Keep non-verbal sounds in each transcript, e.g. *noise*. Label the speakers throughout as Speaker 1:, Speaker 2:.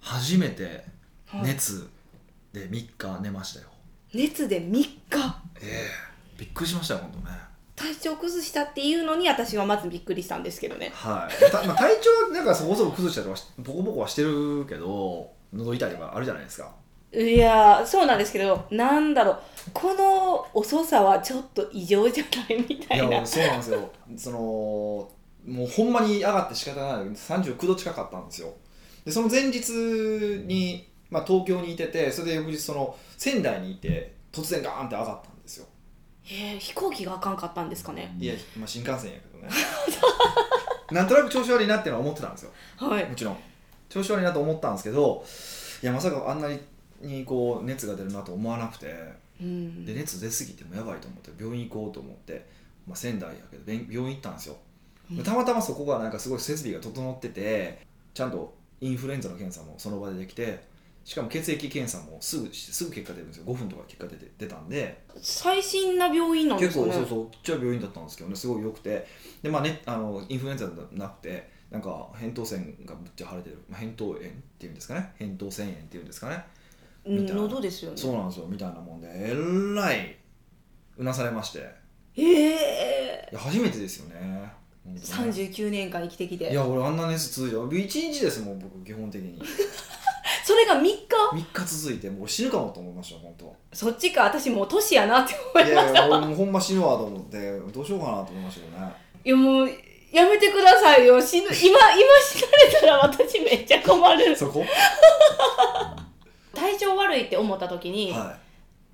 Speaker 1: 初めて
Speaker 2: はい
Speaker 1: 熱で3日寝ましたよ、
Speaker 2: 熱で3日
Speaker 1: ええびっくりしましたよ本当ね
Speaker 2: 体調崩したっていうのに私はまずびっくりしたんですけどね
Speaker 1: はい、 *laughs* たまあ、体調はなんかそこそこ崩したりとかしボコボコはしてるけど喉痛いとかあるじゃないですか
Speaker 2: いやーそうなんですけどなんだろうこの遅さはちょっと異常じゃないみた
Speaker 1: い
Speaker 2: いな
Speaker 1: やそうなんですよそのもうほんまに上がって仕方ない39度近かったんですよでその前日に、まあ、東京にいててそれで翌日その仙台にいて突然ガーンって上がったんですよ
Speaker 2: えー飛行機があかんかったんですかね
Speaker 1: いや、まあ、新幹線やけど
Speaker 2: *laughs*
Speaker 1: ねなんとなく調子悪いなっていうのは思ってたんですよ
Speaker 2: はい
Speaker 1: もちろん調子悪いなと思ったんですけどいやまさかあんなにこう熱が出るなと思わなくて
Speaker 2: うん
Speaker 1: で熱出すぎてもやばいと思って病院行こうと思って、まあ、仙台やけどべん病院行ったんですよ
Speaker 2: うん
Speaker 1: たまたまそこがなんかすごい設備が整っててちゃんとインフルエンザの検査もその場でできてしかも血液検査もすぐしてすぐ結果出るんですよ5分とか結果出て出たんで
Speaker 2: 最新な病院なんで
Speaker 1: 結
Speaker 2: すか
Speaker 1: 構
Speaker 2: ね
Speaker 1: そうそうちっちゃい病院だったんですけどねすごい良くてでまあねあのインフルエンザじゃなくてなんか扁桃腺がぶっちゃ腫れてる、まあ、扁桃炎っていうんですかね扁桃腺炎っていうんですかね
Speaker 2: うん
Speaker 1: みたいな
Speaker 2: 喉ですよね
Speaker 1: そうなんですよみたいなもんでえらいうなされまして
Speaker 2: ええ
Speaker 1: いや初めてですよね本当ね
Speaker 2: 39年間生きてき
Speaker 1: い
Speaker 2: て
Speaker 1: や俺あんな熱続いて1日ですもん僕基本的に
Speaker 2: それが3日
Speaker 1: 3日続いてもう死ぬかもと思いましたよ本当
Speaker 2: そっちか私もう年やなって思い
Speaker 1: い
Speaker 2: ます
Speaker 1: やいや俺もうほんま死ぬわと思ってどうしようかなと思いましたけどね
Speaker 2: いやもうやめてくださいよ死ぬ今今死なれたら私めっちゃ困
Speaker 1: *laughs*
Speaker 2: る
Speaker 1: そこ
Speaker 2: 体調悪いって思った時に、
Speaker 1: はい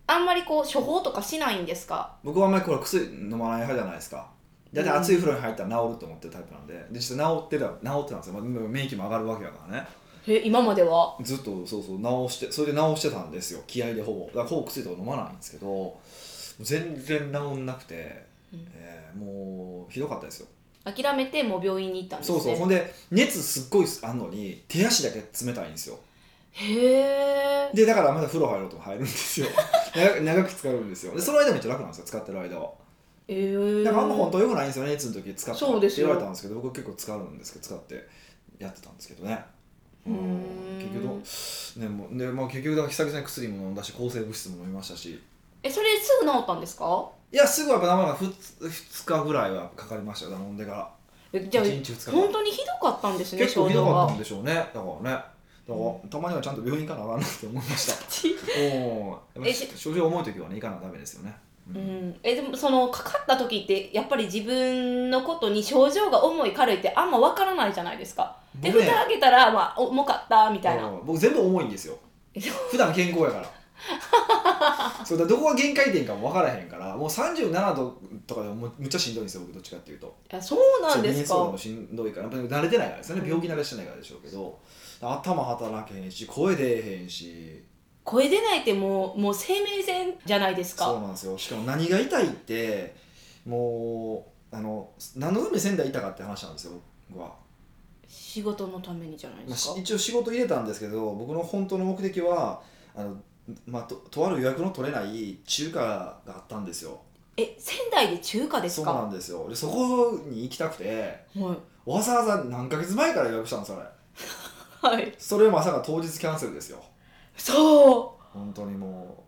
Speaker 2: あんまりこう処方とかしないんですか
Speaker 1: 僕はあんまりこれ薬飲まない派じゃないですかだって熱い風呂に入ったら治ると思ってるタイプなんでで実際治ってた治ってたんですよ、まあ、免疫も上がるわけだからね
Speaker 2: え今までは
Speaker 1: ずっとそうそう治してそれで治してたんですよ気合でほぼだからほぼ薬とか飲まないんですけど全然治んなくて、
Speaker 2: うん
Speaker 1: えーもうひどかったですよ
Speaker 2: 諦めてもう病院に行ったんです
Speaker 1: そ
Speaker 2: ね
Speaker 1: うそうほんで熱すっごいあんのに手足だけ冷たいんですよ
Speaker 2: へえ
Speaker 1: でだからまだ風呂入ろうとも入るんですよ *laughs* 長長く浸かるんですよでその間めっちゃ楽なんですよ使ってる間は
Speaker 2: えー、
Speaker 1: だからあんま本当は良くないんですよね熱の時使って
Speaker 2: そうですよ
Speaker 1: 言われたんですけど僕結構使うんですけど使ってやってたんですけどねう
Speaker 2: うー
Speaker 1: ん
Speaker 2: ん
Speaker 1: 結局ねもうで、まあ、結局だから久々に薬も飲んだし抗生物質も飲みましたし
Speaker 2: えそれすぐ治ったんですか
Speaker 1: いやすぐはやっぱまだ 2, 日ぐらいはかかりましたよ飲んでから
Speaker 2: えじゃ
Speaker 1: 1
Speaker 2: あ
Speaker 1: 日2日
Speaker 2: 本当にひどかったんですね
Speaker 1: 結構ひどかったん
Speaker 2: 症
Speaker 1: でしょうねだからねだから、たまにはちゃんと病院行かなあかんなって思いました
Speaker 2: *laughs* 状が
Speaker 1: おお
Speaker 2: え
Speaker 1: 症状重い時はね行かなダメですよね、うん
Speaker 2: うん、えでもそのかかった時ってやっぱり自分のことに症状が重い軽いってあんま分からないじゃないですかで
Speaker 1: 僕
Speaker 2: 蓋
Speaker 1: ね
Speaker 2: 開けたら、まあ、重かったみたいな、
Speaker 1: うん僕全部重いんです
Speaker 2: *laughs*
Speaker 1: よ
Speaker 2: え
Speaker 1: 普段健康やからそうだからど *laughs* こが限界点かも分からへんからもう37度とかでももうむっちゃしんどいんですよ僕どっちかっていうと
Speaker 2: いやそうなんで
Speaker 1: そう
Speaker 2: す
Speaker 1: 熱と
Speaker 2: か
Speaker 1: もしんどいからやっぱり慣れてないからですよね、
Speaker 2: うん
Speaker 1: 病気慣れしてないからでしょうけど頭働けへんし声出えへんし
Speaker 2: 声出ないってもうもう生命線じゃないです
Speaker 1: そう
Speaker 2: か
Speaker 1: なんですよしかも何が痛いってもうあの何のために仙台いたかって話なんですよ僕は、
Speaker 2: 仕事のためにじゃない
Speaker 1: ま
Speaker 2: で
Speaker 1: あ
Speaker 2: す
Speaker 1: し
Speaker 2: か、
Speaker 1: 一応仕事入れたんですけど僕の本当の目的はあの、まあ、ととある予約の取れない中華があったんですよ
Speaker 2: え仙台で中華です
Speaker 1: そう
Speaker 2: か
Speaker 1: なんですよでそこに行きたくて
Speaker 2: はい
Speaker 1: わざわざ何ヶ月前から予約したんですよあれ
Speaker 2: はい
Speaker 1: それまさか当日キャンセルですよ
Speaker 2: そう
Speaker 1: 本当にも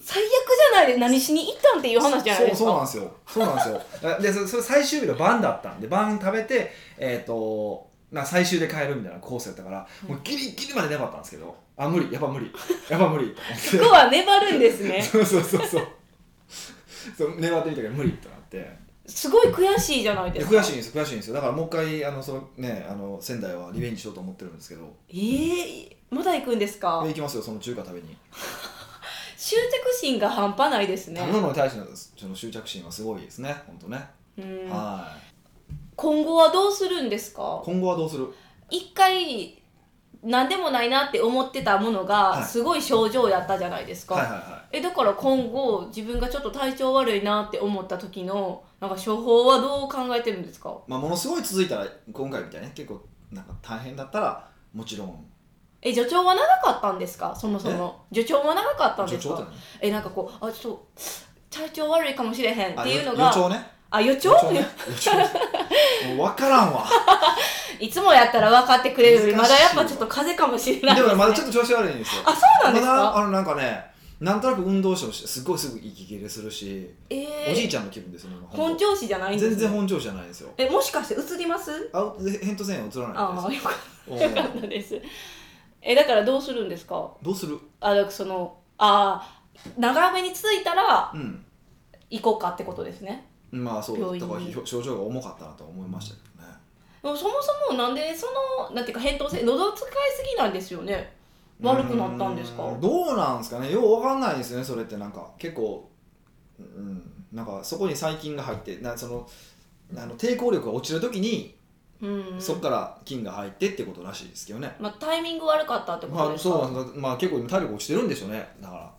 Speaker 2: 最悪じゃないで何しに行ったんっていうう話じゃないです
Speaker 1: そうそうなん
Speaker 2: か
Speaker 1: ですよそうなんですよ *laughs* あでそそれ最終日の晩だったんで晩食べてえっ、とまあ最終で帰るみたいなコースやったから、
Speaker 2: うん
Speaker 1: もうギリギリまで粘ったんですけどあ無理やっぱ無理やっぱ無
Speaker 2: *laughs*
Speaker 1: 理と思って
Speaker 2: そこは粘るんで
Speaker 1: *laughs*
Speaker 2: すね
Speaker 1: そうそうそうそうそう粘ってみたけど無理ってなって
Speaker 2: すごい悔しいじゃない
Speaker 1: い
Speaker 2: で
Speaker 1: や
Speaker 2: すか
Speaker 1: 悔しいんですよ悔しいんですよだからもう一回あのその、ね、あの仙台はリベンジしようと思ってるんですけど
Speaker 2: ええまだ行くんですか
Speaker 1: で行きますよその中華食べに
Speaker 2: 執着心が半端ないですね
Speaker 1: 食べ物に対してのその執着心はすごいですね本当ね、
Speaker 2: うん
Speaker 1: はい
Speaker 2: 今後はどうするんですか
Speaker 1: 今後はどうする
Speaker 2: 一回何でもないなって思ってたもの
Speaker 1: は
Speaker 2: が
Speaker 1: い
Speaker 2: すごい症状やったじゃないですか、
Speaker 1: はいはいは
Speaker 2: えだから今後自分がちょっと体調悪いなって思った時のなんか処方はどう考えてるんですか
Speaker 1: いまあものすごい続いたら今回みたいにね結構なんか大変だったらもちろん
Speaker 2: え助長は長かったんですかそもそも助長は長かったんで
Speaker 1: 助
Speaker 2: す
Speaker 1: 長って
Speaker 2: かえなんかこうあちょっと体調悪いかもしれへんっ
Speaker 1: 何
Speaker 2: ていうの
Speaker 1: あ予
Speaker 2: が
Speaker 1: 予兆ね
Speaker 2: あ予兆
Speaker 1: 予兆ね予兆
Speaker 2: *laughs*
Speaker 1: もう分からんわ
Speaker 2: いつもやったら分かってくれるのにま
Speaker 1: 難しい
Speaker 2: だ
Speaker 1: わ
Speaker 2: やっぱちょっと風邪かもし *laughs* れない
Speaker 1: で
Speaker 2: で
Speaker 1: も
Speaker 2: す、
Speaker 1: ね
Speaker 2: ね、
Speaker 1: まだちょっと調子悪いんですよ
Speaker 2: あそうなんです
Speaker 1: まだ
Speaker 2: か
Speaker 1: あのなんかねなんとなく運動してもしすごいすぐ息切れするし、
Speaker 2: え
Speaker 1: おじい
Speaker 2: ー、
Speaker 1: ちゃんの気分ですよね今
Speaker 2: 本調子じゃないんです
Speaker 1: 全
Speaker 2: ね
Speaker 1: 然本調子じゃないですよ
Speaker 2: えもしかして映ります
Speaker 1: あ扁桃腺は映らないみた
Speaker 2: あ
Speaker 1: い
Speaker 2: あ
Speaker 1: で
Speaker 2: よかっ
Speaker 1: すよ
Speaker 2: たよかったですえだからどうするんですか
Speaker 1: どうす
Speaker 2: *laughs*
Speaker 1: る
Speaker 2: あだからそのあー長めに続いたら
Speaker 1: うん
Speaker 2: 行こうかってことですね
Speaker 1: まあそうだ
Speaker 2: 病
Speaker 1: っ
Speaker 2: 院
Speaker 1: た
Speaker 2: に
Speaker 1: からひょ症状が重かったなとは思いましたけどね
Speaker 2: でもそもそもなんでそのなんていうか扁桃腺喉使いすぎなんですよね悪くなったんですか
Speaker 1: うーどうなんですかねようわかんないですよねそれってなんか結構うんなんかそこに細菌が入ってなそのあの抵抗力が落ちるときに、
Speaker 2: うん、
Speaker 1: そこから菌が入ってってことらしいですけどね、
Speaker 2: まあ、タイミング悪かったってこ
Speaker 1: ま
Speaker 2: と
Speaker 1: あ
Speaker 2: ですか、
Speaker 1: そうなんですまあ結構今体力落ちてるんでしょうねだか、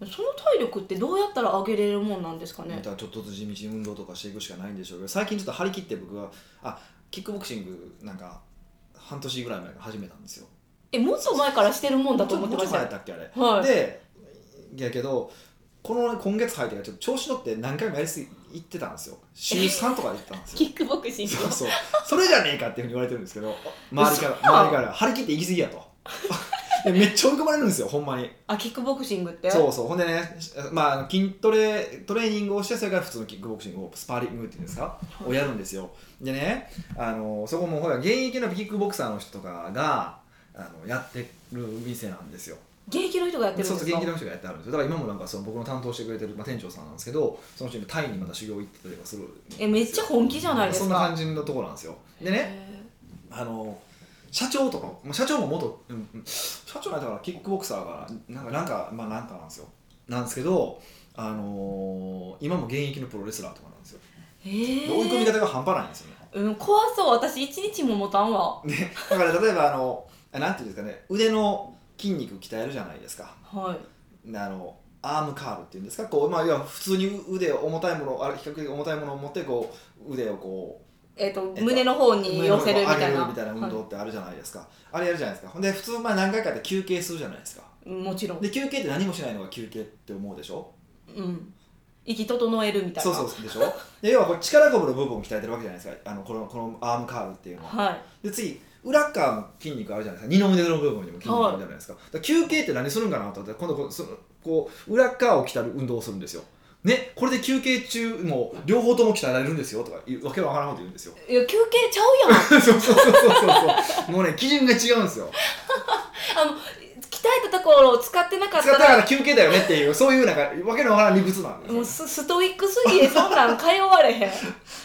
Speaker 2: その体力ってどうやったら上げれるもんなんですからね
Speaker 1: またちょっとずつ地道に運動とかしていくしかないんでしょうけど最近ちょっと張り切って僕はあキックボクシングなんか半年ぐらい前から始めたんですよ
Speaker 2: えもっと前からしてるもんだと思ってまし
Speaker 1: ちょ
Speaker 2: た
Speaker 1: っと前や
Speaker 2: よ
Speaker 1: ったっけあれ
Speaker 2: はい
Speaker 1: でやけどこの今月入ってからちょっと調子乗って何回もやりすぎ行ってたんですよ週3とかで行ってたんです
Speaker 2: キ
Speaker 1: よ
Speaker 2: ックボクシング
Speaker 1: そうそうそれじゃねえかっていうふうに言われてるんですけど周りか
Speaker 2: 嘘
Speaker 1: ら周りから張り切って行き過ぎやと *laughs* でめっちゃ追い込まれるんですよほんまに
Speaker 2: あキックボクシングって
Speaker 1: そうそうほんでねまあ筋トレトレーニングをしてそれから普通のキックボクシングをスパーリングっていうんですかをやるんですよでねあのそこもほら現役のキックボクサーの人とかがあのやってる店なんですよ
Speaker 2: 現役の人がやってる
Speaker 1: そ
Speaker 2: ん
Speaker 1: う
Speaker 2: で
Speaker 1: そう現
Speaker 2: すか
Speaker 1: 役の人がやってあるんですよだから今もなんかその僕の担当してくれてる、まあ、店長さんなんですけどその人にタイにまた修行行ってたりとかする
Speaker 2: えめっちゃ本気じゃないですか
Speaker 1: そんな感じのところなんですよでね
Speaker 2: へ
Speaker 1: あの社長とかまあ社長も元、うんうん社長なんだからキックボクサーがなんかなんかまあなんかなんですよなんですけどあのー今も現役のプロレスラーとかなんですよ、
Speaker 2: え
Speaker 1: で追い込み
Speaker 2: ー
Speaker 1: 方が半端ないんですよね
Speaker 2: うん、怖そう私一日も持たんわ
Speaker 1: でだから例えばあのなんていうんですかね腕の筋肉鍛えるじゃないですか
Speaker 2: はい
Speaker 1: あのアームカールっていうんですかこう、まあ、いや普通に腕を重たいものあれ比較的重たいものを持ってこう腕をこ
Speaker 2: えっ、と、
Speaker 1: えっと
Speaker 2: 胸の方
Speaker 1: う
Speaker 2: に寄せるみたい
Speaker 1: 上げ
Speaker 2: な
Speaker 1: るみたいな運動
Speaker 2: は
Speaker 1: ってあるじゃないですか、あれやるじゃないですかほんで普通まあ何回かで休憩するじゃないですか
Speaker 2: いもちろん
Speaker 1: で休憩って何もしないのが休憩って思うでしょ
Speaker 2: うん息整えるみたい
Speaker 1: そ
Speaker 2: な
Speaker 1: うそうでしょで要はこれ力こぶの部分を鍛えてるわけじゃないですかあのこのこのアームカールっていうのは
Speaker 2: はい
Speaker 1: で次裏側の筋肉あるじゃないですか二の腕の部分にも筋肉あるじゃないですか,、だから休憩って何するんかなと思って今度こうそのこう裏側を鍛える運動をするんですよねこれで休憩中も両方とも鍛えられるんですよとかいうわけわからんこと言うんですよ
Speaker 2: いや休憩ちゃうやん
Speaker 1: そうそうそうそうそうもうね基準が違うんですよ
Speaker 2: 鍛えたところを使ってなかっ
Speaker 1: 使ったたからら休憩だよねっていうそういうなんかわけのわからん理屈なんです
Speaker 2: も
Speaker 1: よ
Speaker 2: うスストイックすぎてそんなん通われ
Speaker 1: *laughs*
Speaker 2: へん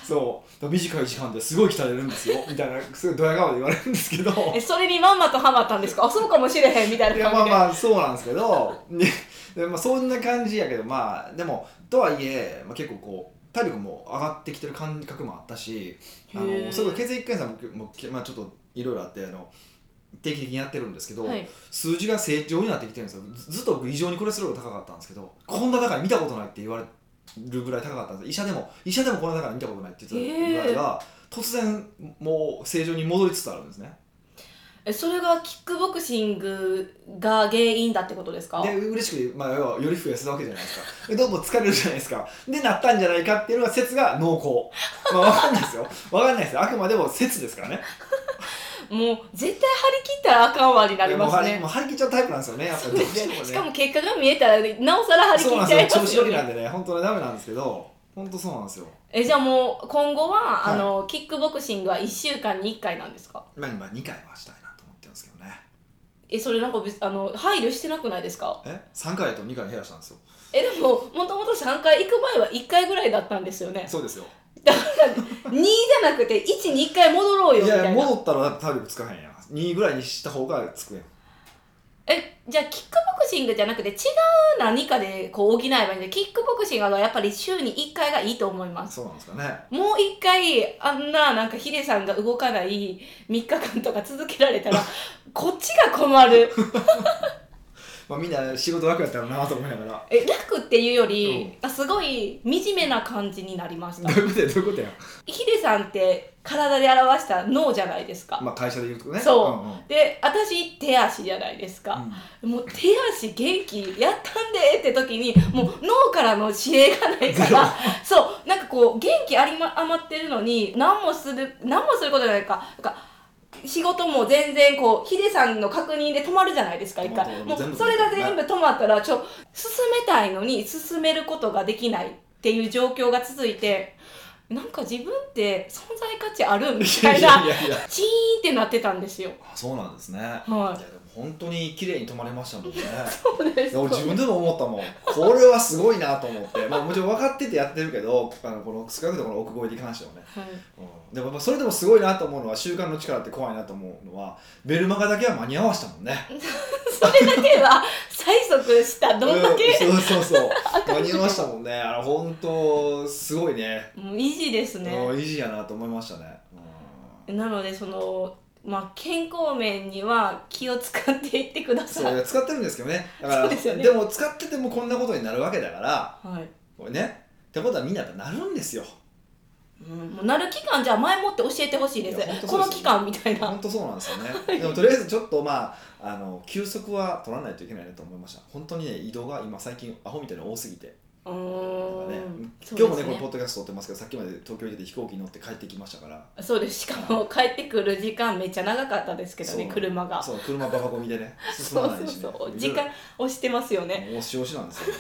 Speaker 1: そう短い時間ですごい鍛えれるん
Speaker 2: *laughs*
Speaker 1: ですよみたいなすごいドヤ顔で言われるんですけど
Speaker 2: えそれにまんまとハマったんですかあそうかもしれへんみたい
Speaker 1: い
Speaker 2: な
Speaker 1: やま
Speaker 2: 感
Speaker 1: あま
Speaker 2: じで
Speaker 1: あそうなんですけど、ねでまあ、そんな感じやけどまあでもとはいえ、まあ、結構こう体力も上がってきてる感覚もあったしあ
Speaker 2: へ
Speaker 1: の
Speaker 2: ー
Speaker 1: それこそ血液検査も僕も、まあ、ちょっといろいろあってあの定期的にやってるんですけど、
Speaker 2: はい、
Speaker 1: 数字が正常になってきてるんですよずずっと僕異常にコレステロールが高かったんですけどこんな高い見たことないって言われるぐらい高かったんです医者でも医者でもこんな高い見たことないって言ってたぐらいが、突然もう正常に戻りつつあるんですね。
Speaker 2: えそれがキックボクシングが原因だってことですか
Speaker 1: で嬉しく、まあ、要はより増やすわけじゃないですかでどうも疲れるじゃないですかでなったんじゃないかっていうのが説が濃厚、まあ、分かんないですよ分かんないですよあくまでも説ですからね
Speaker 2: もう絶対張り切ったらあかんわになりま
Speaker 1: もう
Speaker 2: す
Speaker 1: はり
Speaker 2: ね
Speaker 1: もう張り切っちゃうタイプなんですよねやっ
Speaker 2: *laughs*
Speaker 1: ぱりどうしてもね
Speaker 2: しかも結果が見えたらなおさら張り
Speaker 1: そう
Speaker 2: 切
Speaker 1: な
Speaker 2: っ
Speaker 1: ん
Speaker 2: ちゃい
Speaker 1: ですよ調
Speaker 2: ま
Speaker 1: 子
Speaker 2: す
Speaker 1: 乗
Speaker 2: よ
Speaker 1: りなん
Speaker 2: ね
Speaker 1: でね本当にダメなんですけど本当そうなんですよ
Speaker 2: えじゃあもう今後は、
Speaker 1: はい
Speaker 2: あのキックボクシングは1週間に1回なんですか
Speaker 1: まあ今2回はしたいなと思ってるんですけどね
Speaker 2: えそれなんか別あの配慮してなくないですか
Speaker 1: え3回と2回減らしたんですよ
Speaker 2: えでももともと3回行く前は1回ぐらいだったんですよね
Speaker 1: そうですよ
Speaker 2: 2じゃなくて1に1回戻ろうよ
Speaker 1: い
Speaker 2: みた
Speaker 1: や
Speaker 2: いな
Speaker 1: 戻ったら体力つかへんやん2ぐらいにした方がつくやん
Speaker 2: えじゃあキックボクシングじゃなくて違う何かでこう補えばいいんでキックボクシングはやっぱり週に1回がいいと思います
Speaker 1: そうなんですかね
Speaker 2: もう1回あんななんかヒデさんが動かない3日間とか続けられたらこっちが困る
Speaker 1: まあ、みんな仕事楽やったろうなと思いながら
Speaker 2: え楽っていうより、あすごい惨めな感じになりまし
Speaker 1: ど
Speaker 2: た
Speaker 1: ういうことやどういうことや、
Speaker 2: ヒデさんって体で表した脳じゃないですか、
Speaker 1: まあ、会社で言うとね
Speaker 2: そ
Speaker 1: んうん
Speaker 2: で私手足じゃないですか、もう手足元気やったんでって時にもう脳からの指令がないか
Speaker 1: ゼロ *laughs*
Speaker 2: らそうなんかこう元気あり、ま、余ってるのに何もする何もすることないかなんか仕事も全然こうヒデさんの確認で止まるじゃないですか一回
Speaker 1: 止まる止まる
Speaker 2: もう
Speaker 1: 全部
Speaker 2: それが全部止まったらちょ進めたいのに進めることができないっていう状況が続いてなんか自分って存在価値あるみたい
Speaker 1: い
Speaker 2: な
Speaker 1: やいやいや
Speaker 2: チーンってなってたんですよ。
Speaker 1: あそうなんですね、い
Speaker 2: は
Speaker 1: や *laughs* でも本当に綺麗に止まれましたもんね
Speaker 2: い、そうで
Speaker 1: い
Speaker 2: す
Speaker 1: や俺自分でも思ったもんこれはすごいなと思って、まあ、もちろん分かっててやってるけどあのこの少なくともこの奥越えに関してはね
Speaker 2: はい
Speaker 1: うんでもまあそれでもすごいなと思うのは習慣の力って怖いなと思うのはベルマガだけは間に合わしたもんね。
Speaker 2: *laughs* それだけは催促したどんだけ、
Speaker 1: うんそうそ
Speaker 2: *laughs*
Speaker 1: うそう間に合わしたもんねあれ本当すごいね
Speaker 2: もう維持です
Speaker 1: う
Speaker 2: ね
Speaker 1: ん意地やなと思いましたね。
Speaker 2: *laughs*
Speaker 1: うん
Speaker 2: なのでそのまあ健康面には気を使っていってくだ
Speaker 1: そ
Speaker 2: さい、
Speaker 1: う使ってるんですけどねだから
Speaker 2: そうですよね
Speaker 1: でも使っててもこんなことになるわけだから
Speaker 2: はい
Speaker 1: これねってことはみんなやっぱなるんです
Speaker 2: *laughs*
Speaker 1: よ
Speaker 2: うん、もうなる期間じゃあ前もって教えてほしいです
Speaker 1: いや本当そ
Speaker 2: こ
Speaker 1: うです
Speaker 2: の期間みたいな
Speaker 1: 本当そうなんです
Speaker 2: *laughs*
Speaker 1: よねでもとりあえずちょっとまああの休息は取らないといけないなと思いました本当にね移動が今最近アホみたいに多すぎて
Speaker 2: う
Speaker 1: なんか
Speaker 2: ー
Speaker 1: ね
Speaker 2: んそう
Speaker 1: 今日もね
Speaker 2: です
Speaker 1: このポッドキャスト撮ってますけどさっきまで東京に出て飛行機に乗って帰ってきましたから
Speaker 2: そうですしかも帰ってくる時間めっちゃ長かったですけどね
Speaker 1: そう
Speaker 2: 車が
Speaker 1: そう車バカゴミで
Speaker 2: *laughs*
Speaker 1: ね進
Speaker 2: そ
Speaker 1: ま
Speaker 2: う
Speaker 1: な
Speaker 2: そ
Speaker 1: いうしね
Speaker 2: そう時間押してますよね
Speaker 1: もう押し押しなんですよ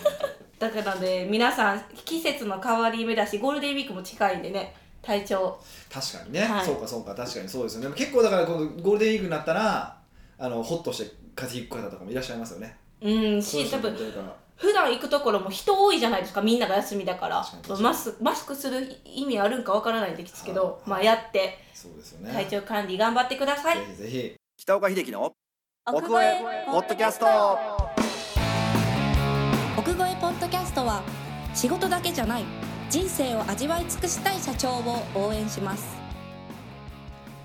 Speaker 2: だからね皆さん季節の変わり目だしゴールデンウィークも近いんでね体調
Speaker 1: 確かにね、
Speaker 2: はい
Speaker 1: そうかそうか確かにそうですよねでも結構だからこのゴールデンウィークになったらあのホッとして風邪ひく方とかもいらっしゃいますよね
Speaker 2: うん
Speaker 1: そうい
Speaker 2: し
Speaker 1: う人
Speaker 2: 多
Speaker 1: も
Speaker 2: 分
Speaker 1: いるから
Speaker 2: 普段行くところも人多いじゃないですかみんなが休みだから
Speaker 1: 確かに
Speaker 2: マスマスクする意味あるんかわからないんですけど、
Speaker 1: はい
Speaker 2: まあ、やって
Speaker 1: そうですよね
Speaker 2: 体調管理頑張ってください
Speaker 1: ぜひぜひ
Speaker 3: 北岡秀樹の奥越えポッドキャスト
Speaker 4: 奥越えポッドキャストは仕事だけじゃない人生を味わい尽くしたい社長を応援します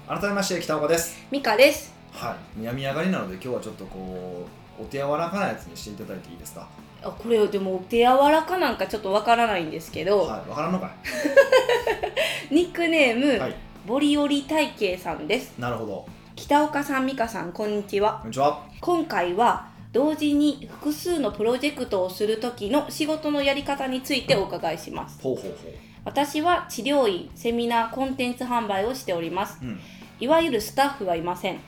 Speaker 1: 改めまして北岡です
Speaker 2: ミカです
Speaker 1: はい南上がりなので今日はちょっとこうお手柔らかなやつにしていただいていいですか
Speaker 2: あこれでも手柔らかなんかちょっとわからないんですけど、
Speaker 1: はいわからんのか
Speaker 2: ニックネー
Speaker 1: い
Speaker 2: ム、
Speaker 1: はい
Speaker 2: ボリオリ体型さんです
Speaker 1: なるほど
Speaker 2: 北岡さん美香さんこんにちは
Speaker 1: こんにちは
Speaker 2: 今回は同時に複数のプロジェクトをする時の仕事のやり方についてお伺いします
Speaker 1: ほうほうほ
Speaker 2: 私は治療院セミナーコンテンツ販売をしております
Speaker 1: ううん
Speaker 2: いわゆるスタッフはいません
Speaker 1: うん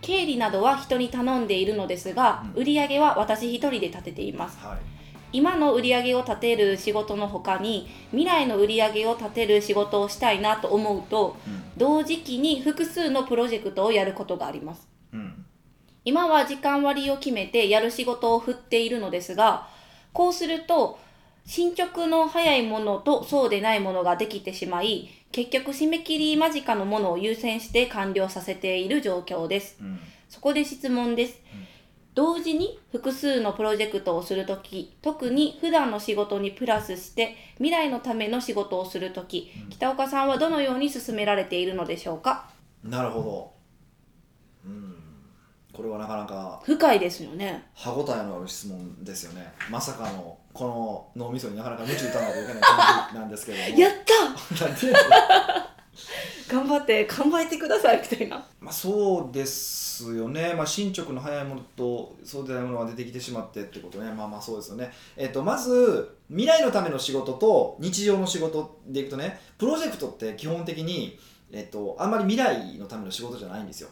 Speaker 2: 経理などは人に頼んでいるのですが、
Speaker 1: うん
Speaker 2: 売り上げは私一人で立てています
Speaker 1: はい
Speaker 2: 今の売り上げを立てる仕事の他に未来の売り上げを立てる仕事をしたいなと思うと
Speaker 1: うん
Speaker 2: 同時期に複数のプロジェクトをやることがあります
Speaker 1: うん
Speaker 2: 今は時間割を決めてやる仕事を振っているのですがこうすると進捗の早いものとそうでないものができてしまい結局締め切り間近のものを優先して完了させている状況です
Speaker 1: うん
Speaker 2: そこで質問です
Speaker 1: うん。
Speaker 2: 同時に複数のプロジェクトをするとき、特に普段の仕事にプラスして未来のための仕事をするとき、
Speaker 1: うん
Speaker 2: 北岡さんはどのように進められているのでしょうか
Speaker 1: なるほど。うん。これはなかなか
Speaker 2: 深いですよね。
Speaker 1: 歯応えのある質問ですよね。まさかのこの脳みそになかなか鞭打たないといけない感じなんですけれども。
Speaker 2: やった
Speaker 1: *laughs* なんていうの
Speaker 2: 頑張って、頑張ってくださいみたいな。
Speaker 1: まあそうですよね。まあ進捗の早いものとそうでないものが出てきてしまってってことね。まあまあそうですよね。えっとまず未来のための仕事と日常の仕事でいくとね、プロジェクトって基本的にえっとあんまり未来のための仕事じゃないんですよ。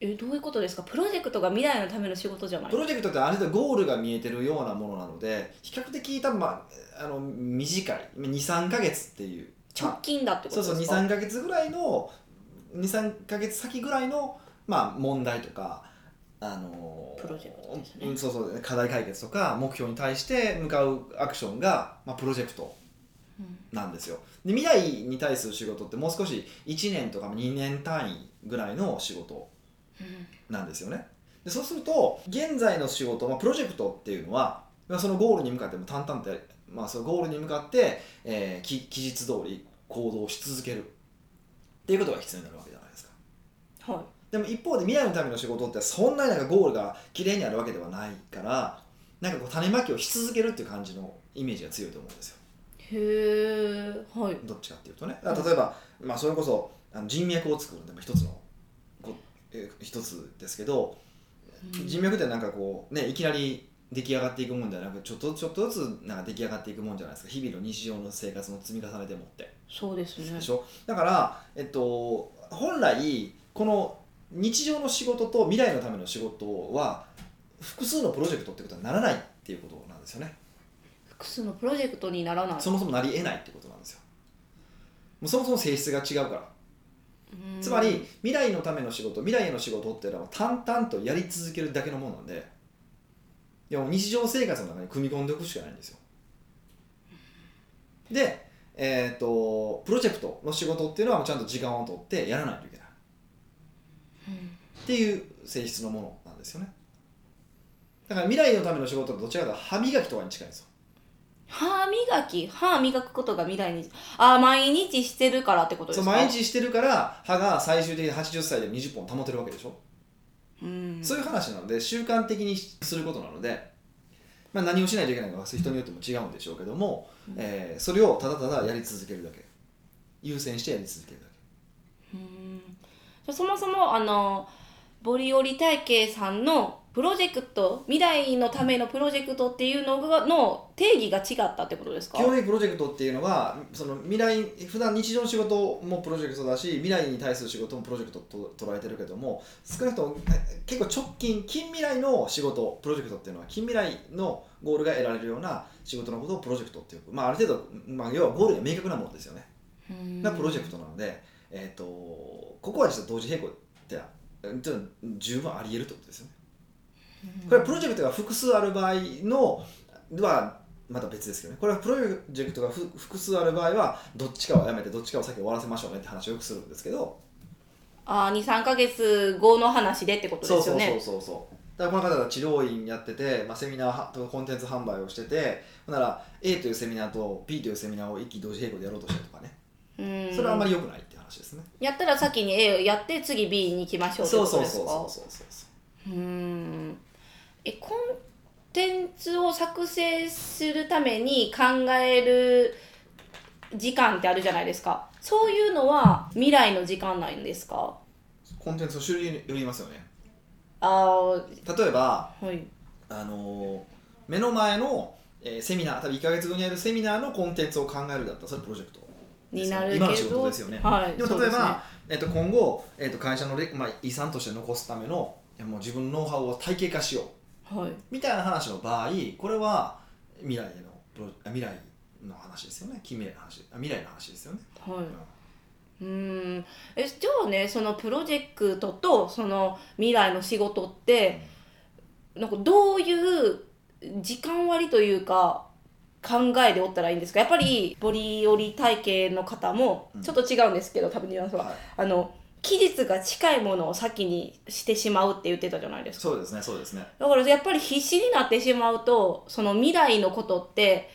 Speaker 2: え、どういうことですかプロジェクトが未来のための仕事じゃない
Speaker 1: プロジェクトってある程度ゴールが見えてるようなものなので比較的多分、まあ、あの短い23ヶ月っていう
Speaker 2: 直近だってこ
Speaker 1: そ
Speaker 2: と
Speaker 1: う
Speaker 2: です
Speaker 1: そ
Speaker 2: か
Speaker 1: う23ヶ月ぐらいの23ヶ月先ぐらいの、まあ、問題とか、あのー
Speaker 2: プロジェクトですね
Speaker 1: うんそうそう課題解決とか目標に対して向かうアクションが、まあ、プロジェクト
Speaker 2: うん
Speaker 1: なんですよで未来に対する仕事ってもう少し1年とか2年単位ぐらいの仕事
Speaker 2: うん
Speaker 1: なんですよねでそうすると現在の仕事、まあ、プロジェクトっていうのはまあそのゴールに向かっても淡々とやる、まあ、そのゴールに向かって、えーき期日通り行動し続けるっていうことが必要になるわけじゃないですか
Speaker 2: は
Speaker 1: でも一方で未来のための仕事ってそんなになんかゴールが綺麗にあるわけではないからなんかこう種まきをし続けるっていう感じのイメージが強いと思うんですよ
Speaker 2: へえはい
Speaker 1: どっちかっていうとねだから例えば、まあ、それこそあの人脈を作るのでも一つのこえ一つですけど人脈ってなんかこうねいきなり出来上がっていくもんじゃなくちょっとちょっとずつなんか出来上がっていくもんじゃないですか日々の日常の生活の積み重ねでもって
Speaker 2: そうですね
Speaker 1: でしょだから、えっと、本来この日常の仕事と未来のための仕事は複数のプロジェクトってことはならないっていうことなんですよね
Speaker 2: 複数のプロジェクトにならない
Speaker 1: そもそもなり得ないってことなんですよもうそもそも性質が違うから
Speaker 2: うん
Speaker 1: つまり未来のための仕事未来への仕事っていうのは淡々とやり続けるだけのものなんでいやもう日常生活の中に組み込んでおくしかないんですよでえっ、とプロジェクトの仕事っていうのはもうちゃんと時間を取ってやらないといけない
Speaker 2: うん
Speaker 1: っていう性質のものなんですよねだから未来のための仕事はどちらかというと歯磨きとかに近いんですよ
Speaker 2: 歯磨き歯磨くことが未来にあ毎日してるからってことです
Speaker 1: そう
Speaker 2: か
Speaker 1: 毎日してるから歯が最終的に80歳で20本保てるわけでしょ、
Speaker 2: うん
Speaker 1: そういう話なので習慣的にすることなので、まあ、何をしないといけないのか人によっても違うんでしょうけども、
Speaker 2: うん
Speaker 1: えーそれをただただやり続けるだけ優先してやり続けるだけ
Speaker 2: うんじゃあそもそもあのボリオリ体系さんのプロジェクト未来のためのプロジェクトっていうのがの定義が違ったってことですか
Speaker 1: 基本的にプロジェクトっていうのはその未来普段日常の仕事もプロジェクトだし未来に対する仕事もプロジェクトと捉えてるけども少なくともえ結構直近近未来の仕事プロジェクトっていうのは近未来のゴールが得られるような仕事のことをプロジェクトっていう、まあ、ある程度、まあ、要はゴールが明確なものですよね
Speaker 2: うん
Speaker 1: がプロジェクトなので、えー、とここは実は同時並行ってうんちょっと十分あり得るってことですよね。これはプロジェクトが複数ある場合のはまた別ですけどねこれはプロジェクトがふ複数ある場合はどっちかをやめてどっちかを先に終わらせましょうねって話をよくするんですけど
Speaker 2: あ23か月後の話でってこと
Speaker 1: そう
Speaker 2: です
Speaker 1: そ
Speaker 2: よ
Speaker 1: う
Speaker 2: ね
Speaker 1: そうそうそうだからこの方が治療院やってて、まあ、セミナーとコンテンツ販売をしててほんなら A というセミナーと B というセミナーを一気に同時並行でやろうとしたりとかね
Speaker 2: うん
Speaker 1: それはあんまり良くないって話ですね、
Speaker 2: やったら先に A をやって次 B に行きましょうっ
Speaker 1: そ
Speaker 2: てこ
Speaker 1: うそ
Speaker 2: と
Speaker 1: う
Speaker 2: で
Speaker 1: そ
Speaker 2: す
Speaker 1: う
Speaker 2: か
Speaker 1: そうそうそうそう
Speaker 2: うーんえコンテンツを作成するために考える時間ってあるじゃないですかそういうのは未来の時間なんですか
Speaker 1: コンテンツの種類によりますよね
Speaker 2: あー
Speaker 1: 例えば
Speaker 2: はい
Speaker 1: あのー目の前の、えーセミナー多分1か月後にやるセミナーのコンテンツを考えるだったらそれプロジェクト
Speaker 2: になるけど
Speaker 1: 今の仕事ですよね、
Speaker 2: はい
Speaker 1: でも
Speaker 2: そう
Speaker 1: 例え
Speaker 2: ですね
Speaker 1: ば、えっと今後、えっと会社のレ、まあ、遺産として残すためのいやもう自分のノウハウを体系化しよう
Speaker 2: はい
Speaker 1: みたいな話の場合これは未来へのプロあ未来の話ですよね近未来の話あ未来の話ですよね、
Speaker 2: は
Speaker 1: うん
Speaker 2: いうーんえじゃあねそのプロジェクトとその未来の仕事ってなんかどういう時間割というか考えでおったらいいんですかやっぱりボリオリ体系の方も
Speaker 1: うん
Speaker 2: ちょっと違うんですけど、多分ニュアンスは、
Speaker 1: はい
Speaker 2: あの期日が近いものを先にしてしまうって言ってたじゃないですか
Speaker 1: そうですねそうですね
Speaker 2: だからやっぱり必死になってしまうとその未来のことって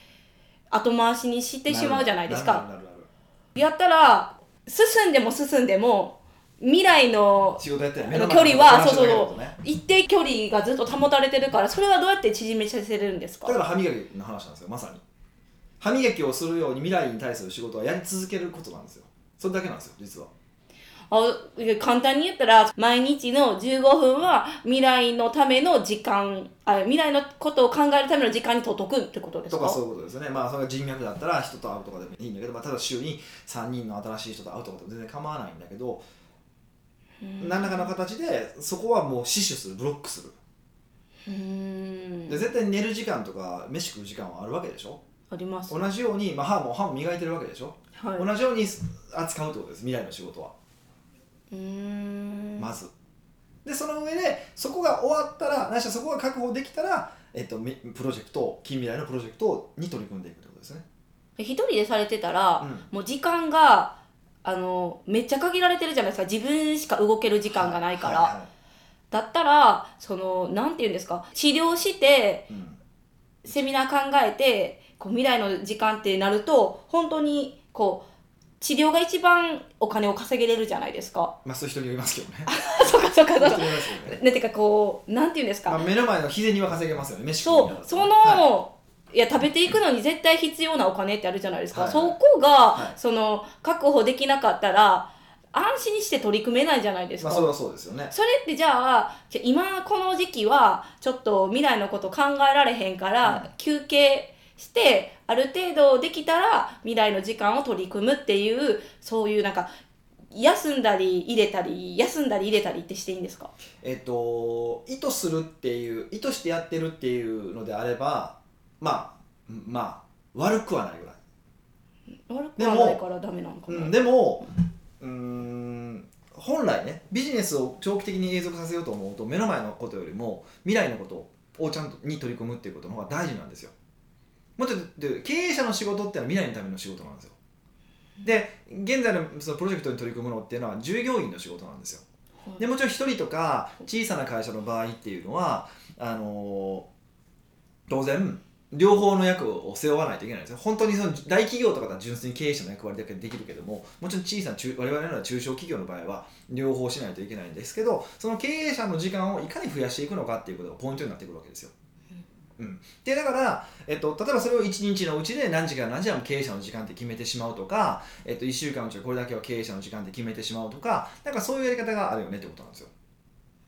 Speaker 2: 後回しにしてしまうじゃないです
Speaker 1: なる
Speaker 2: か
Speaker 1: なるなるなる
Speaker 2: やったら進んでも進んでも未来の
Speaker 1: 仕事やってる
Speaker 2: あの距離はそうそう
Speaker 1: うね
Speaker 2: 一定距離がずっと保たれてるからそれはどうやって縮めさせるんですか
Speaker 1: だから歯磨きの話なんですよまさに歯磨きをするように未来に対する仕事はやり続けることなんですよそれだけなんですよ実は
Speaker 2: あいや簡単に言ったら毎日の15分は未来のための時間あ未来のことを考えるための時間にとっとくってことです
Speaker 1: と
Speaker 2: か
Speaker 1: かそういうことですよねまあそれが人脈だったら人と会うとかでもいいんだけど、まあ、ただ週に3人の新しい人と会うとかでも全然構わないんだけど
Speaker 2: うん
Speaker 1: 何らかの形でそこはもう死守するブロックする
Speaker 2: うーん
Speaker 1: で絶対寝る時間とか飯食う時間はあるわけでしょ
Speaker 2: あります、
Speaker 1: 同じように、まあ、歯も歯も磨いてるわけでしょ
Speaker 2: はい、
Speaker 1: 同じように扱うってことです未来の仕事は
Speaker 2: うーん
Speaker 1: まずでその上でそこが終わったらないしはそこが確保できたら、えっと、みプロジェクトを近未来のプロジェクトに取り組んでいくってことですね、
Speaker 2: 一人でされてた
Speaker 1: う
Speaker 2: ら、
Speaker 1: ん
Speaker 2: もう時間があのめっちゃ限られてるじゃないですか自分しか動ける時間がないから、
Speaker 1: はいは
Speaker 2: だったらそのなんて言うんですか治療して
Speaker 1: いうん
Speaker 2: セミナー考えてこう未来の時間ってなると本当にこう治療が一番お金を稼げれるじゃないですか *laughs*
Speaker 1: まあそういう人によりますけどね
Speaker 2: そうかそうか
Speaker 1: そう
Speaker 2: *laughs*
Speaker 1: いうう
Speaker 2: そか
Speaker 1: 人によりますけどね
Speaker 2: ねてかこうなんて言うんですか、
Speaker 1: まあ、目の前の日銭は稼げますよね飯食い
Speaker 2: そ
Speaker 1: なが
Speaker 2: う
Speaker 1: ら
Speaker 2: その、、
Speaker 1: はい
Speaker 2: や食べていくのに絶対必要なお金ってあるじゃないですか、
Speaker 1: はい
Speaker 2: そこが、
Speaker 1: はい
Speaker 2: その確保できなかったら安心して取り組めないじゃないで
Speaker 1: い
Speaker 2: す
Speaker 1: ま
Speaker 2: か、
Speaker 1: あそれはそうですよね
Speaker 2: それってじゃあじゃあ今この時期はちょっと未来のこと考えられへんから、
Speaker 1: うん
Speaker 2: 休憩してある程度できたら未来の時間を取り組むっていうそういうなんか休んだり入れたり休んだり入れたりってしていいんですか
Speaker 1: えっと意図するっていう意図してやってるっていうのであればまあまあ悪くはないぐらい
Speaker 2: 悪くはないからダメなのかな、
Speaker 1: うん、でもうーん本来ねビジネスを長期的に永続させようと思うと目の前のことよりも未来のことをちゃんとに取り組むっていうことの方が大事なんですよ。もっと言うと経営者の仕事ってのは未来のための仕事なんですよ。で現在のそのプロジェクトに取り組むのっていうのは従業員の仕事なんですよ。でもちろん一人とか小さな会社の場合っていうのはあのー当然両方の役を背負わないといけないんですよ本当にその大企業とかだと純粋に経営者の役割だけでできるけどももちろん小さな中我々のような中小企業の場合は両方しないといけないんですけどその経営者の時間をいかに増やしていくのかっていうことがポイントになってくるわけですよ。うん、でだから、えっと、例えばそれを1日のうちで何時から何時間経営者の時間って決めてしまうとか、えっと、1週間のうちはこれだけは経営者の時間って決めてしまうとかなんかそういうやり方があるよねってことなんですよ。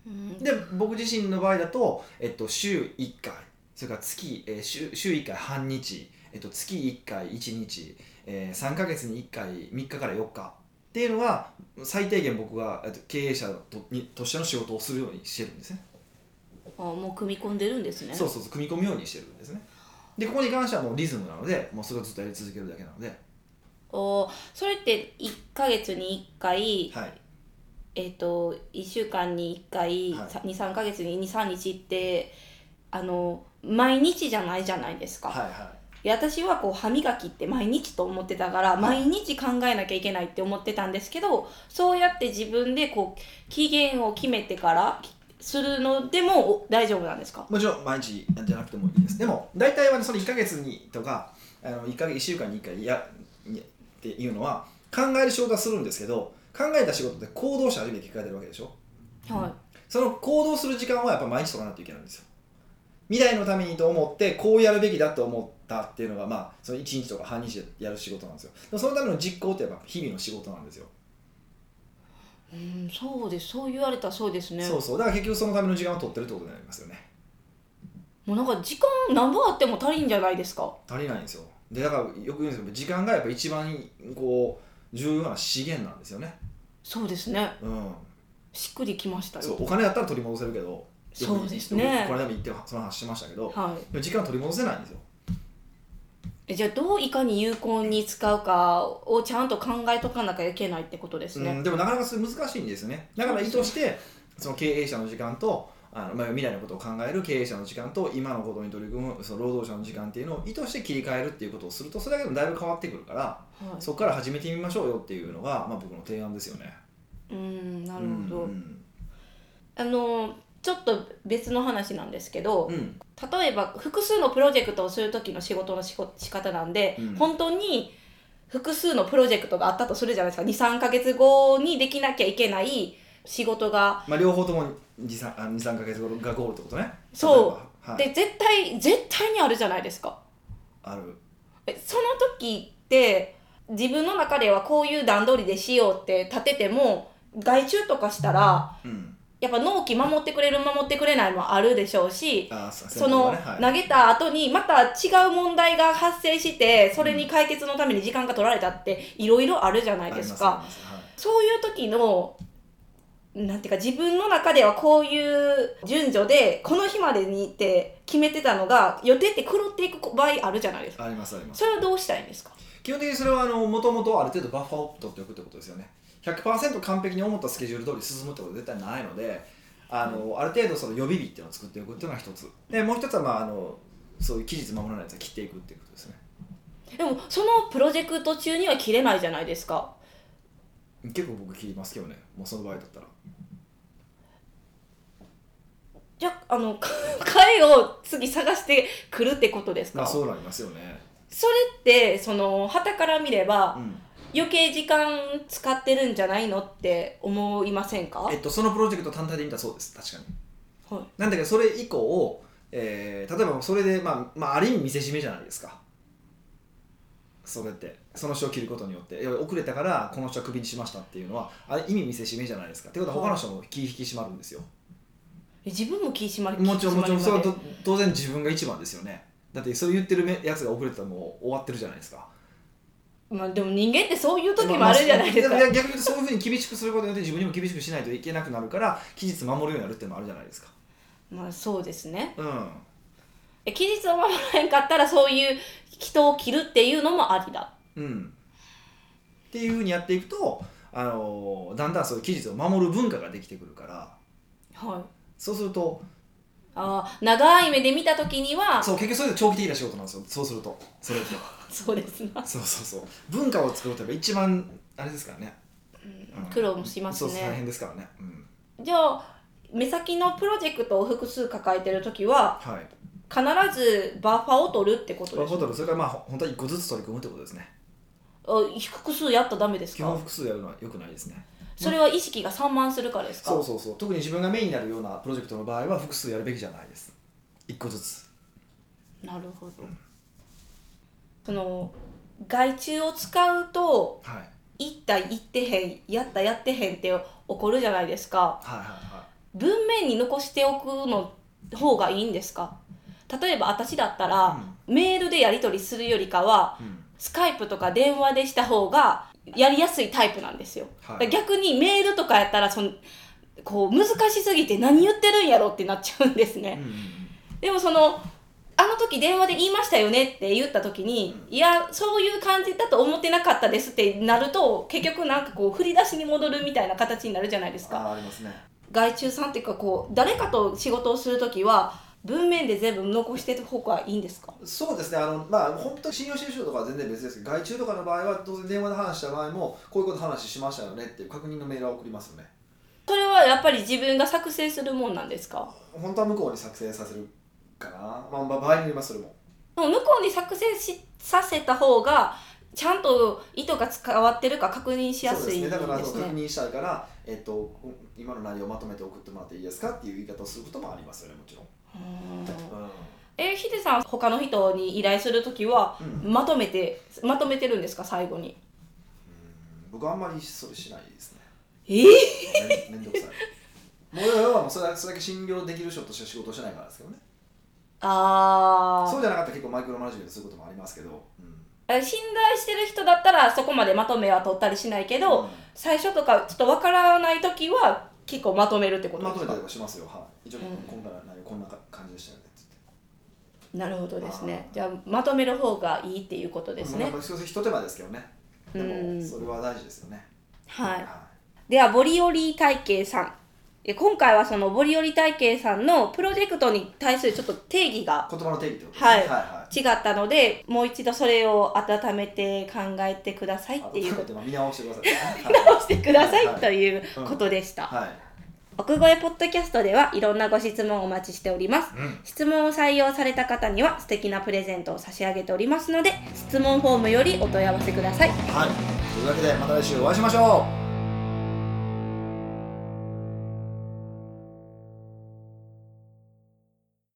Speaker 2: うん
Speaker 1: で僕自身の場合だと、えっと、週1回それから月、えー週週1回半日、えっと、月1回1日、えー、3ヶ月に1回3日から4日っていうのが最低限僕はえっと経営者とにとしての仕事をするようにしてるんですね。
Speaker 2: あもう組み込んでるんですね
Speaker 1: そうそうそう組み込むようにしてるんですね。でここに関してはもうリズムなのでもうそれをずっとやり続けるだけなので、
Speaker 2: おそれって1ヶ月に1回、
Speaker 1: はい、
Speaker 2: えっと1週間に1回、
Speaker 1: はい
Speaker 2: 23ヶ月に23日ってあの毎日じゃないじゃないですか、
Speaker 1: はいはい
Speaker 2: や私はこう歯磨きって毎日と思ってたから毎日考えなきゃいけないって思ってたんですけどそうやって自分でこう期限を決めてからするのでもお大丈夫なんですか
Speaker 1: もちろん毎日じゃなくてもいいですでも大体はねその1ヶ月にとかあの 1, ヶ月1週間に1回やいやっていうのは考える仕事はするんですけど考えた仕事って行動して初めて聞かれてるわけでしょ
Speaker 2: はい
Speaker 1: その行動する時間はやっぱ毎日取らないといけないんですよ未来のためにと思ってこうやるべきだと思ったっていうのがまあその1日とか半日でやる仕事なんですよでもそのための実行ってやっぱ日々の仕事なんですよ
Speaker 2: うんそうですそう言われたらそうですね
Speaker 1: そうそうだから結局そのための時間を取ってるってことになりますよね
Speaker 2: もうなんか時間何本あっても足りんじゃないですか
Speaker 1: 足りないんですよでだからよく言うんですけど時間がやっぱ一番こう重要な資源なんですよね
Speaker 2: そうですね
Speaker 1: うん
Speaker 2: しっくりきましたよ
Speaker 1: そうお金だったら取り戻せるけどよく
Speaker 2: そうです
Speaker 1: よ
Speaker 2: ね
Speaker 1: くこれでも言ってその話しましたけど
Speaker 2: はい
Speaker 1: でも時間は取り戻せないんですよ
Speaker 2: えじゃあどういかに有効に使うかをちゃんと考えとかなきゃいけないってことです
Speaker 1: う
Speaker 2: ね
Speaker 1: ん、でもなかなかそれ難しいんですよねだから意図してその経営者の時間とあの、まあ、未来のことを考える経営者の時間と今のことに取り組むその労働者の時間っていうのを意図して切り替えるっていうことをするとそれだけでもだいぶ変わってくるから
Speaker 2: はい
Speaker 1: そこから始めてみましょうよっていうのが、まあ、僕の提案ですよね。
Speaker 2: うんなるほど、
Speaker 1: うん
Speaker 2: あのちょっと別の話なんですけど、
Speaker 1: うん
Speaker 2: 例えば複数のプロジェクトをする時の仕事のしこ仕方なんで、
Speaker 1: うん
Speaker 2: 本当に複数のプロジェクトがあったとするじゃないですか23ヶ月後にできなきゃいけない仕事が
Speaker 1: まあ、両方とも23あ23ヶ月後がゴールってことね
Speaker 2: そう
Speaker 1: 例えばはい、
Speaker 2: で絶対絶対にあるじゃないですか
Speaker 1: ある
Speaker 2: えその時って自分の中ではこういう段取りでしようって立てても外注とかしたら
Speaker 1: うん
Speaker 2: やっぱ納期守ってくれる守ってくれないもあるでしょうし
Speaker 1: あーそ
Speaker 2: その投
Speaker 1: はい、
Speaker 2: げた後にまた違う問題が発生してそれに解決のために時間が取られたっていろいろあるじゃないですか
Speaker 1: ありますあります
Speaker 2: そういう時のなんていうか自分の中ではこういう順序でこの日までにって決めてたのが予定って狂っていく場合あるじゃないですか
Speaker 1: はい、ありますあります
Speaker 2: それはどうしたらいいんですか
Speaker 1: 基本的にそれはあのもともとある程度バッファを取っておくってことですよね100%完璧に思ったスケジュール通り進むってことは絶対ないのであの、ある程度その予備日っていうのを作っておくっていうのが一つでもう一つは、まあ、あのそういう期日守らないやつは切っていくっていうことですね
Speaker 2: でもそのプロジェクト中には切れないじゃないですか
Speaker 1: 結構僕切りますけどねもうその場合だったら
Speaker 2: じゃああの *laughs* 彼を次探してくるってことですか、
Speaker 1: まあ
Speaker 2: そ
Speaker 1: そうなりますよね
Speaker 2: れってその旗から見れば
Speaker 1: うん
Speaker 2: 余計時間使ってるんじゃないのって思いませんか、
Speaker 1: えっと、そのプロジェクト単体で見たらそうです確かに
Speaker 2: はい、
Speaker 1: なんだけどそれ以降、えー例えばそれで、まあまあ、ある意味見せしめじゃないですかそれってその人を切ることによっていや遅れたからこの人はクビにしましたっていうのはあれ意味見せしめじゃないですかってことは他の人も気引き締まるんですよ、
Speaker 2: え自分も気しまり
Speaker 1: もちろんもちろん
Speaker 2: 気
Speaker 1: そ
Speaker 2: 締
Speaker 1: れ
Speaker 2: ま
Speaker 1: は
Speaker 2: りま
Speaker 1: と当然自分が一番ですよねだってそれ言ってるめやつが遅れてたらもう終わってるじゃないですか
Speaker 2: でまあ、でも人間ってそういう時もあるじゃないですか、
Speaker 1: まあまあ逆に言うとそういうふうに厳しくすることによって自分にも厳しくしないといけなくなるから期日守るようになるっていうのもあるじゃないですか
Speaker 2: まあそうですね
Speaker 1: うん
Speaker 2: え期日を守らへんかったらそういう人を切るっていうのもありだ
Speaker 1: うん、っていうふうにやっていくと、あのーだんだんそういう期日を守る文化ができてくるから
Speaker 2: はい
Speaker 1: そうすると
Speaker 2: あー長い目で見た時には
Speaker 1: そう結局それで長期的な仕事なんですよそうするとそれ
Speaker 2: *laughs*
Speaker 1: って
Speaker 2: そうですな、
Speaker 1: そうそうそう文化を作るってやっぱ一番あれですからね、
Speaker 2: うん苦労もします
Speaker 1: そう大変
Speaker 2: ね
Speaker 1: ですからね、うん、
Speaker 2: じゃあ目先のプロジェクトを複数抱えてる時は
Speaker 1: はい
Speaker 2: 必ずバッファーを取るってこと
Speaker 1: バ
Speaker 2: で
Speaker 1: ー
Speaker 2: す
Speaker 1: フォ
Speaker 2: か
Speaker 1: トルそれからまあほ本当は一個ずつ取り組むってことですね
Speaker 2: あ複数やったらダメです
Speaker 1: 基本
Speaker 2: か
Speaker 1: 複数やるのはよくないですね
Speaker 2: それは意識が散漫するからですか
Speaker 1: そうそうそう特に自分がメインになるようなプロジェクトの場合は複数やるべきじゃないです一個ずつ
Speaker 2: なるほどその外注を使うと
Speaker 1: はいはい
Speaker 2: 行った行ってへんやったやってへんって起こるじゃないですか
Speaker 1: はいはい
Speaker 2: 文面に残しておくの方がいいんですか例えば私だったら、メールでやり取りするよりかは
Speaker 1: うんうん
Speaker 2: スカイプとか電話でした方がやりやすいタイプなんですよ、
Speaker 1: はい
Speaker 2: だから逆にメールとかやったらそのこう難しすぎて何言ってるんやろってなっちゃうんですね
Speaker 1: うん、うんうん
Speaker 2: でもそのあの時電話で言いましたよねって言った時に、いやそういう感じだと思ってなかったですってなると結局なんかこう振り出しに戻るみたいな形になるじゃないですか
Speaker 1: あーありますね
Speaker 2: 外注さんっていうかこう誰かと仕事をする時は文面で全部残してた方がいいんですか
Speaker 1: そうですねあのまあ本当に信用してる人とかは全然別ですけど外注とかの場合は当然電話で話した場合もこういうこと話しましたよねっていう確認のメールは送りますよね
Speaker 2: それはやっぱり自分が作成するもんなんですか
Speaker 1: 本当は向こうに作成させるかな、まあ、まあ場合によりますそれも
Speaker 2: 向こうに作成しさせた方がちゃんと意図が伝わってるか確認しや
Speaker 1: そう
Speaker 2: す
Speaker 1: で
Speaker 2: い
Speaker 1: す
Speaker 2: ん
Speaker 1: ね
Speaker 2: です
Speaker 1: だからあの確
Speaker 2: ね。
Speaker 1: 認したいから、えっと、今の内容をまとめて送ってもらっていいですかっていう言い方をすることもありますよねもちろん、
Speaker 2: う
Speaker 1: う
Speaker 2: ん
Speaker 1: ん
Speaker 2: えヒデさん他の人に依頼する時は
Speaker 1: うん
Speaker 2: まとめてまとめてるんですか最後に。
Speaker 1: 僕はあんまりそれしないですね
Speaker 2: えー、
Speaker 1: めんめんどくさいもう要はもうそれだけそれだけ信用できる人として仕事をしてないからですけどね
Speaker 2: あ
Speaker 1: そ
Speaker 2: ー
Speaker 1: うじゃなかったら結構マイクロマネジメントすることもありますけど、うん
Speaker 2: え信頼してる人だったらそこまでまとめは取ったりしないけど、
Speaker 1: うん
Speaker 2: 最初とかちょっとわからない時は結構まとめるってこと
Speaker 1: ま
Speaker 2: で
Speaker 1: と
Speaker 2: す
Speaker 1: め
Speaker 2: か
Speaker 1: たりはしますよ、はい、一応、
Speaker 2: うん
Speaker 1: 今回の内容こんな感じでしたよねって
Speaker 2: なるほどですねじゃあまとめる方がいいっていうこと
Speaker 1: 言
Speaker 2: で
Speaker 1: って
Speaker 2: す
Speaker 1: まあ
Speaker 2: ね
Speaker 1: まあ、それひと手間ですけどねで
Speaker 2: う
Speaker 1: も
Speaker 2: ん
Speaker 1: それは大事ですよね、
Speaker 2: はい
Speaker 1: は
Speaker 2: ではボリオリ体系さんえ今回はそのボリオリ体系さんのプロジェクトに対するちょっと定義が
Speaker 1: い、言葉の定義ってことですね
Speaker 2: はい
Speaker 1: は
Speaker 2: 違ったのでもう一度それを温めて考えてください
Speaker 1: いは
Speaker 2: っ
Speaker 1: い
Speaker 2: ていうこと
Speaker 1: と見直してくださいね、
Speaker 2: *laughs* 直してください
Speaker 1: はい
Speaker 2: ということでした、
Speaker 1: はい、はい
Speaker 2: 奥越えポッドキャストではいろんなご質問をお待ちしております、
Speaker 1: うん
Speaker 2: 質問を採用された方には素敵なプレゼントを差し上げておりますので質問フォームよりお問い合わせください
Speaker 1: はい、というわけでまた来週お会いしましょう